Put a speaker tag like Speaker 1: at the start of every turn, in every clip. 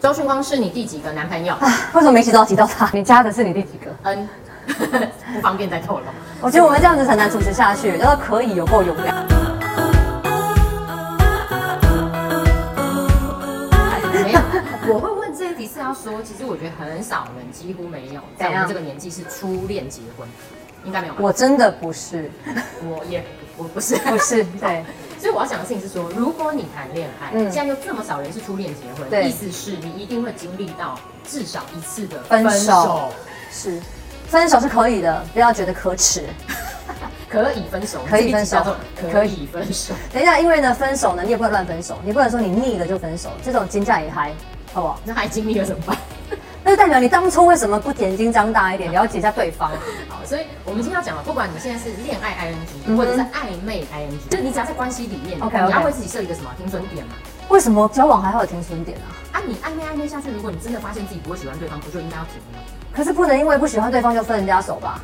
Speaker 1: 周迅光是你第几个男朋 友？
Speaker 2: 唉为什么每集都要提到他？ 你加的是你第几个？
Speaker 1: 嗯， 不方便再透 露。
Speaker 2: 我觉得我们这样子才难主持下去，叫做可以有够勇敢。
Speaker 1: 没有，我会问这一题是要说，其实我觉得很少人，几乎没有在我们这个年纪是初恋结婚，应该没有吧？
Speaker 2: 我真的不是，
Speaker 1: 我也我不是，
Speaker 2: 不 是，对，
Speaker 1: 所以我要讲的事情是说，如果你谈恋爱，
Speaker 2: 嗯
Speaker 1: 现在又这么少人是初恋结婚，
Speaker 2: 对
Speaker 1: 意思是你一定会经历到至少一次的
Speaker 2: 分手是，分手是可以的，不要觉得可耻。
Speaker 1: 可以分手，
Speaker 2: 可以
Speaker 1: 这一
Speaker 2: 分手
Speaker 1: 集叫做可以分手。
Speaker 2: 等一下，因为呢，分手呢，你也不能乱分手，你不能说你腻了就分手，这种金价也嗨，好不好？
Speaker 1: 那还经历了怎么办？
Speaker 2: 那就代表你当初为什么不眼睛张大一点，了解一下对方？
Speaker 1: 好，所以我们今天要讲的，不管你现在是恋爱 ing，、
Speaker 2: 嗯哼哦
Speaker 1: 或者是暧昧 ing，就是你只要在关系里面
Speaker 2: OK，OK
Speaker 1: 你要为自己设一个什么停损点嘛。
Speaker 2: 为什么交往还会有停损点啊？
Speaker 1: 啊，你暧昧暧昧下去，如果你真的发现自己不会喜欢对方，不就应该要停了吗？
Speaker 2: 可是不能因为不喜欢对方就分人家手吧？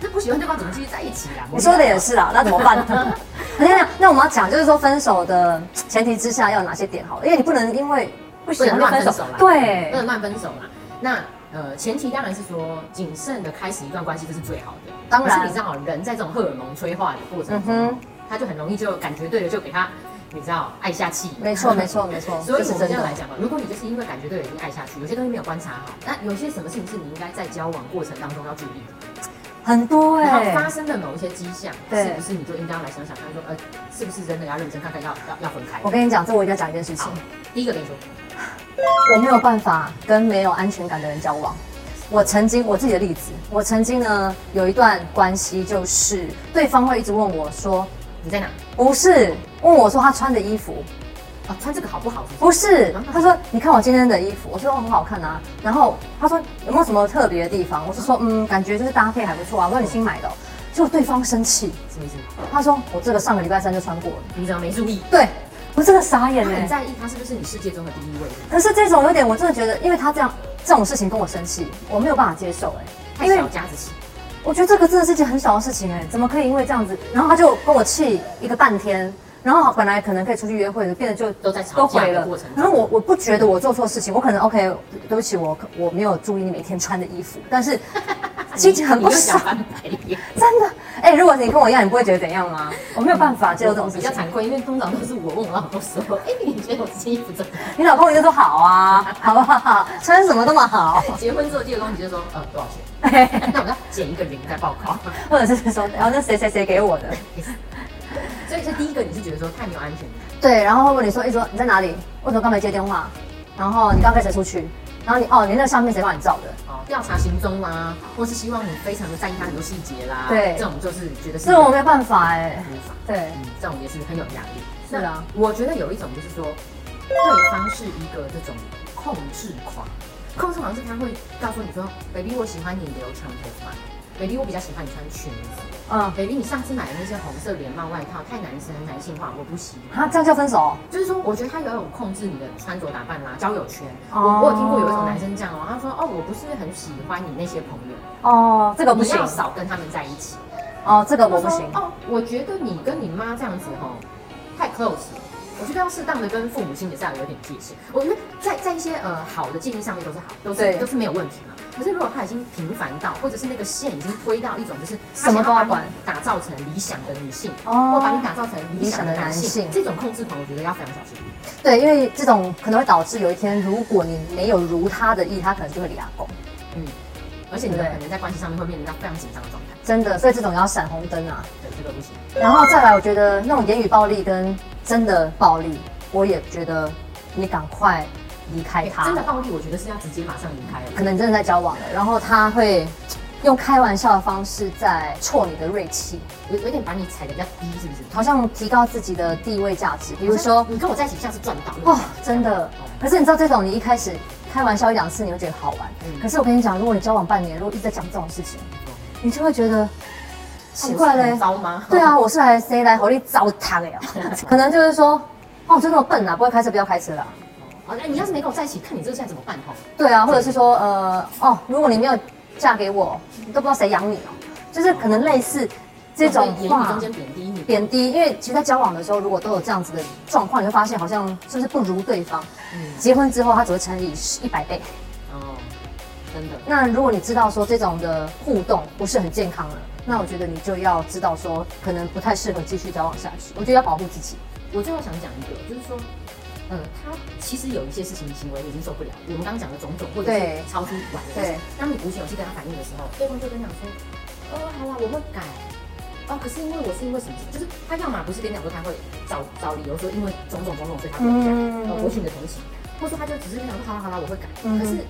Speaker 1: 那不喜欢对方怎么继续在一起啦？
Speaker 2: 你说的 也是啊，那怎么办 呢？等一下，那我们要讲就是说分手的前提之下要有哪些点好了，因为你不能因为不
Speaker 1: 不
Speaker 2: 喜
Speaker 1: 能
Speaker 2: 欢
Speaker 1: 乱
Speaker 2: 就分
Speaker 1: 分
Speaker 2: 手
Speaker 1: 手啦，，
Speaker 2: 对
Speaker 1: 不，能乱分手啦。那呃，前提当然是说谨慎的开始一段关系，这是最好的。
Speaker 2: 当然
Speaker 1: 可是你知道，人在这种荷尔蒙催化的过程
Speaker 2: 嗯
Speaker 1: 中，
Speaker 2: 哼，
Speaker 1: 他就很容易就感觉对了，就给他，你知道，爱下气。
Speaker 2: 没 错没错没错，
Speaker 1: 所以我
Speaker 2: 这是
Speaker 1: 们
Speaker 2: 真
Speaker 1: 这样
Speaker 2: 的
Speaker 1: 来。讲吧，如果你就是因为感觉对了已经爱下去，有些东西没有观察好，那有些什么事情是你应该在交往过程当中要注意的，
Speaker 2: 很多
Speaker 1: 然后
Speaker 2: 哎、
Speaker 1: 嗯发生的某一些迹象，
Speaker 2: 对
Speaker 1: 是不是你就应该要来想想看说，呃，是不是真的要认真看看要要要分开
Speaker 2: 我？跟你讲，这我一定要讲一件事情
Speaker 1: 好，第一个跟你说，
Speaker 2: 我没有办法跟没有安全感的人交往。我曾经我自己的例子，我曾经呢有一段关系，就是对方会一直问我说，
Speaker 1: 你在哪？
Speaker 2: 不是问我说他穿的衣服，
Speaker 1: 哦，穿这个好不好？
Speaker 2: 不是，他说你看我今天的衣服，我说哦很好看啊。然后他说有没有什么特别的地方？我是说嗯，感觉就是搭配还不错啊。我说你新买的、哦，结果对方生气，
Speaker 1: 什么意思？
Speaker 2: 他说我这个上个礼拜三就穿过了。
Speaker 1: 你怎么没注意？
Speaker 2: 对，我真的傻眼
Speaker 1: 他很
Speaker 2: 哎。
Speaker 1: 在意他是不是你世界中的第一位，
Speaker 2: 可是这种有点，我真的觉得，因为他这样这种事情跟我生气，我没有办法接受哎，
Speaker 1: 太
Speaker 2: 因为
Speaker 1: 小家子气。
Speaker 2: 我觉得这个真的是一件很小的事情哎，怎么可以因为这样子？然后他就跟我气一个半天，然后本来可能可以出去约会的，变得就
Speaker 1: 都在吵
Speaker 2: 都
Speaker 1: 架
Speaker 2: 毁
Speaker 1: 的
Speaker 2: 了
Speaker 1: 过程。中
Speaker 2: 然后我我不觉得我做错事情，我可能 OK，对不起，我我没有注意你每天穿的衣服，但是心情很
Speaker 1: 你
Speaker 2: 不
Speaker 1: 又想
Speaker 2: 爽，
Speaker 1: 翻白眼，
Speaker 2: 真的。哎、如果你跟我一样，你不会觉得怎样吗？我没有办法接受这种
Speaker 1: 比
Speaker 2: 事
Speaker 1: 较
Speaker 2: 情。
Speaker 1: 惭愧，因为通常都是我问我老公说， 哎，你觉得我这件衣服怎么样？
Speaker 2: 你老公一定说好啊， 好不好？穿什么那么好，
Speaker 1: 结婚之后第二个问题就是说，呃，多少钱？那我要减一个零再报告。
Speaker 2: 或者是说，然后那谁谁谁给我的？
Speaker 1: 所以是第一个，你是觉得说太没有安全感，
Speaker 2: 对，然后会问你说，一直说你在哪里？为什么刚没接电话？然后你刚跟谁出去？然后你哦，你那个相片谁帮你照的？
Speaker 1: 哦，调查行踪啦，或是希望你非常的在意他很多细节啦，
Speaker 2: 对
Speaker 1: 这种就是觉得是
Speaker 2: 这种我没办法哎、
Speaker 1: 无法，
Speaker 2: 对，
Speaker 1: 嗯，这种也是很有压力。
Speaker 2: 是啊，
Speaker 1: 我觉得有一种就是说，对方是一个这种控制狂，控制狂是他会告诉你说，baby 我喜欢你留长头发，baby 我比较喜欢你穿裙子
Speaker 2: 嗯，
Speaker 1: ，baby 你上次买的那些红色连帽外套太男生男性化，我不喜欢。
Speaker 2: 啊，这样就分手？
Speaker 1: 就是说，我觉得他有一种控制你的穿着打扮啦、交友圈。
Speaker 2: 哦
Speaker 1: 我我有听过有一种男生这样哦，他说哦，我不是很喜欢你那些朋友，
Speaker 2: 哦，这个不
Speaker 1: 你
Speaker 2: 行
Speaker 1: 要。少跟他们在一起。
Speaker 2: 哦，这个
Speaker 1: 他
Speaker 2: 我
Speaker 1: 说
Speaker 2: 不行。
Speaker 1: 哦，我觉得你跟你妈这样子哦，太 close 了。我觉得要适当的跟父母亲也是要有点界限。我觉得在在一些呃好的建议上面都是好，都是
Speaker 2: 对
Speaker 1: 都是没有问题嘛。可是如果他已经频繁到，或者是那个线已经推到一种就是他
Speaker 2: 什么都要
Speaker 1: 想把
Speaker 2: 管
Speaker 1: 你打造成理想的女性，或把你
Speaker 2: 哦，
Speaker 1: 打造成理想的男
Speaker 2: 理想的
Speaker 1: 性，
Speaker 2: 男性
Speaker 1: 这种控制狂，我觉得要非常小心。
Speaker 2: 对，因为这种可能会导致有一天，如果你没有如他的意，他可能就会离阿公。
Speaker 1: 嗯而且你们
Speaker 2: 对
Speaker 1: 可能在关系上面会面临到非常紧张的状态，
Speaker 2: 真的，所以这种要闪红灯啊。
Speaker 1: 对，这个不行。
Speaker 2: 然后再来，我觉得那种言语暴力跟真的暴力，我也觉得你赶快离开他。
Speaker 1: 哎真的暴力，我觉得是要直接马上离开了。
Speaker 2: 可能你真的在交往了，然后他会用开玩笑的方式在挫你的锐气，
Speaker 1: 有有点把你踩得比较低，是不是？
Speaker 2: 好像提高自己的地位价值。比
Speaker 1: 比
Speaker 2: 如说，
Speaker 1: 你跟我在一起像是赚到
Speaker 2: 哦，真的。可是你知道这种，你一开始开玩笑一两次，你会觉得好玩。
Speaker 1: 嗯
Speaker 2: 可是我跟你讲，如果你交往半年，如果一直在讲这种事情，你就会觉得奇怪
Speaker 1: 很
Speaker 2: 嘞。
Speaker 1: 糟吗？
Speaker 2: 对，啊，我是来谁来火力糟蹋 的呀？可能就是说，哦，就那么笨啊，不会开车不要开车啦。
Speaker 1: 啊，哎，你要是没跟我在一起，看你这个现在怎么办哈？
Speaker 2: 对啊，或者是说，呃，哦，如果你没有嫁给我，你都不知道谁养你哦，就是可能类似这种
Speaker 1: 言语
Speaker 2: 话
Speaker 1: 中间贬低你，
Speaker 2: 贬低，因为其实，在交往的时候，如果都有这样子的状况，你会发现好像是不是不如对方。
Speaker 1: 嗯，
Speaker 2: 结婚之后，它只会乘以一百倍。
Speaker 1: 哦，真的，
Speaker 2: 那如果你知道说这种的互动不是很健康了，那我觉得你就要知道说，可能不太适合继续交往下去。我觉得要保护自己。
Speaker 1: 我最后想讲一个，就是说，嗯，他其实有一些事情行为已经受不了，我们刚刚讲的种种，或者是
Speaker 2: 对
Speaker 1: 超出完的。
Speaker 2: 对，
Speaker 1: 当你鼓起勇气跟他反映的时候，对方就跟你讲说，哦，好啦，我会改。哦，可是因为我是因为什么事？就是他要么不是跟你讲说他会找找理由说因为种种种种所以他不改，
Speaker 2: 嗯
Speaker 1: 呃，博取你的同情，或者说他就只是跟你讲说好啦好啦，我会改。
Speaker 2: 嗯
Speaker 1: 可是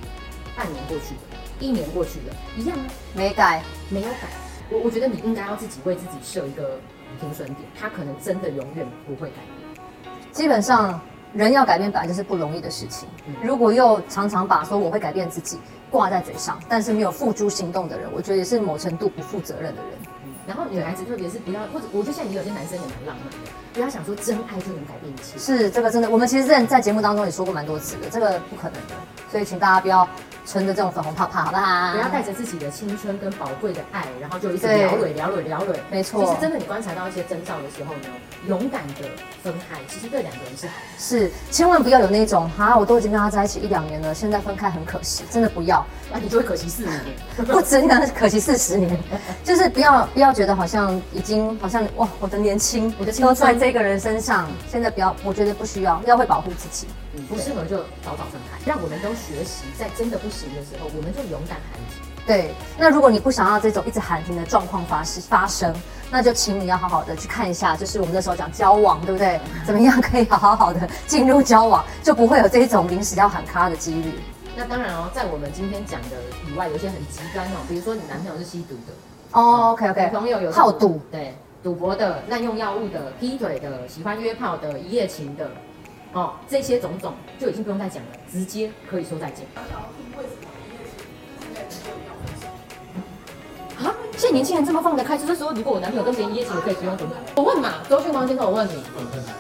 Speaker 1: 半年过去了，一年过去了，一样啊，
Speaker 2: 没改，
Speaker 1: 没有改。我我觉得你应该要自己为自己设一个停损点，他可能真的永远不会改变。
Speaker 2: 基本上人要改变本来就是不容易的事情。
Speaker 1: 嗯
Speaker 2: 如果又常常把说我会改变自己挂在嘴上，但是没有付诸行动的人，我觉得也是某程度不负责任的人。
Speaker 1: 然后女孩子特别是不要，或者我觉得现在也有些男生也蛮浪漫的，不要想说真爱就能改变一切。
Speaker 2: 是这个真的，我们其实之前在节目当中也说过蛮多次的，这个不可能的。所以请大家不要存着这种粉红泡泡，好不好？
Speaker 1: 不要带着自己的青春跟宝贵的爱，然后就一直
Speaker 2: 对
Speaker 1: 聊蕊聊蕊聊蕊。
Speaker 2: 没错
Speaker 1: 其实真的，你观察到一些征兆的时候呢，勇敢的分开，其实对两个人是好的。
Speaker 2: 是，千万不要有那种哈，我都已经跟他在一起一两年了，现在分开很可惜，真的不要，
Speaker 1: 那啊你就会可惜四年。
Speaker 2: 不止呢，可惜四十年， 就是不要不要觉得好像已经好像哇，我的年轻，
Speaker 1: 我的青春
Speaker 2: 都在这个人身上，现在不要，我觉得不需要，要会保护自己，
Speaker 1: 不适合就早早分开，让我们都学习，在真的不行的时候，我们就勇敢喊停。
Speaker 2: 对，那如果你不想要这种一直喊停的状况发生发生，那就请你要好好的去看一下，就是我们那时候讲交往，对 不对？怎么样可以好好好的进入交往，就不会有这种临时要喊卡的几率。
Speaker 1: 那当然哦，在我们今天讲的以外，有一些很极端哦，比如说你男朋友是吸毒的，
Speaker 2: 哦、o k OK，
Speaker 1: 女朋友有
Speaker 2: 好赌，
Speaker 1: 对，赌博的、滥用药物的、劈腿的、喜欢约炮的、一夜情的，哦，这些种种就已经不用再讲了，直接可以说再见。啊！现在年轻人这么放得开，就是说，如果我男朋友跟别人一夜情，我可以不用分开。我问嘛，周迅、王先生，我问你，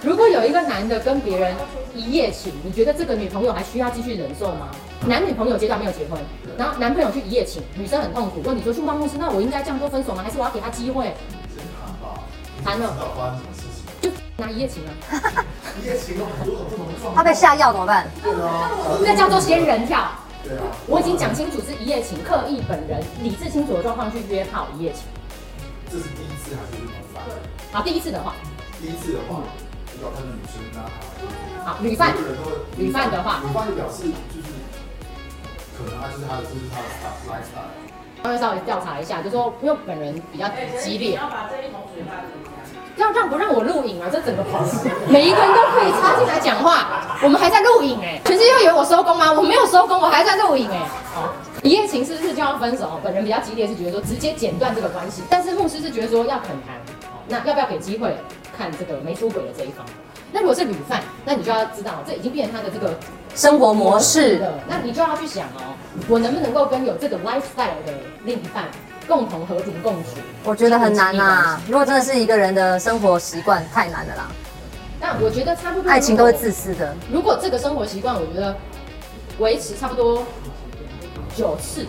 Speaker 1: 如果有一个男的跟别人一夜情，你觉得这个女朋友还需要继续忍受吗？男女朋友阶段没有结婚，然后男朋友去一夜情，女生很痛苦，问你说去办公室，那我应该这样做分手吗？还是我要给他机会？
Speaker 3: 先谈吧，
Speaker 1: 谈
Speaker 3: 知
Speaker 1: 了
Speaker 3: 道发生什么事情。
Speaker 1: 就拿一夜情啊，
Speaker 3: 一夜情有很多种不同的状
Speaker 2: 他
Speaker 3: 况。
Speaker 2: 被下药怎么办？
Speaker 3: 对啊，
Speaker 1: 那叫做仙人跳。
Speaker 3: 对啊，
Speaker 1: 我已经讲清楚是一夜情，刻意本人理智清楚的状况去约炮一夜情。
Speaker 3: 这是第一次还是频繁？
Speaker 1: 好，第一次的话，
Speaker 3: 第一次的话，你要看女生啊，
Speaker 1: 好，旅伴
Speaker 3: 每个人都会
Speaker 1: 旅伴的话
Speaker 3: 旅伴就表示就是可能他啊就是他的，这是他的 lifestyle。
Speaker 1: 他会稍微调查一下，就说因为本人比较激烈，
Speaker 4: 要把这一桶水拉出来。
Speaker 1: 要让不让我录影啊？这整个棚，每一个人都可以插进来讲话，我们还在录影哎、全世界以为我收工吗？我没有收工，我还在录影哎、一夜情是不是就要分手？本人比较激烈，是觉得说直接剪断这个关系，但是牧师是觉得说要恳谈，那要不要给机会看这个没出轨的这一方？那如果是屡犯，那你就要知道，这已经变成他的这个
Speaker 2: 生活模式。
Speaker 1: 的，那你就要去想哦，我能不能够跟有这个 lifestyle 的另一半共同和平共处？
Speaker 2: 我觉得很难
Speaker 1: 经营关
Speaker 2: 呐、
Speaker 1: 系
Speaker 2: 如果真的是一个人的生活习惯，太难了啦。
Speaker 1: 那我觉得差不多，
Speaker 2: 爱情都是自私的，
Speaker 1: 如果这个生活习惯，我觉得维持差不多九次，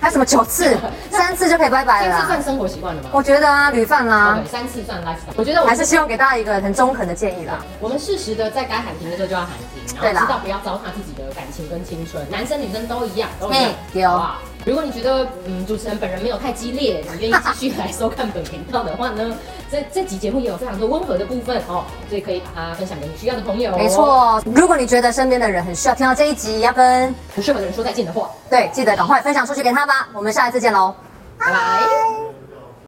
Speaker 2: 还什么九次、 三次就可以拜拜了
Speaker 1: 三次
Speaker 2: 啦
Speaker 1: 算。生活习惯了吗？
Speaker 2: 我觉得啊，旅饭啦
Speaker 1: OK，，三次算 lifestyle。我觉得我
Speaker 2: 还
Speaker 1: 们
Speaker 2: 是希望给大家一个很中肯的建议啦。
Speaker 1: 我们适时的在该喊停的时候就要喊停，
Speaker 2: 对
Speaker 1: 然
Speaker 2: 啦
Speaker 1: 后知道不要糟蹋自己的感情跟青春，男生女生都一样，都一样
Speaker 2: 嘿，有
Speaker 1: 好不好？如果你觉得嗯主持人本人没有太激烈，你愿意继续来收看本频道的话呢，这这集节目也有非常多温和的部分哦，所以可以把它分享给你需要的朋友。哦
Speaker 2: 没，错，如果你觉得身边的人很需要听到这一集，要跟
Speaker 1: 不适合的人说再见的话，
Speaker 2: 对，记得赶快分享出去给他吧。我们下一次见喽。
Speaker 1: 拜拜。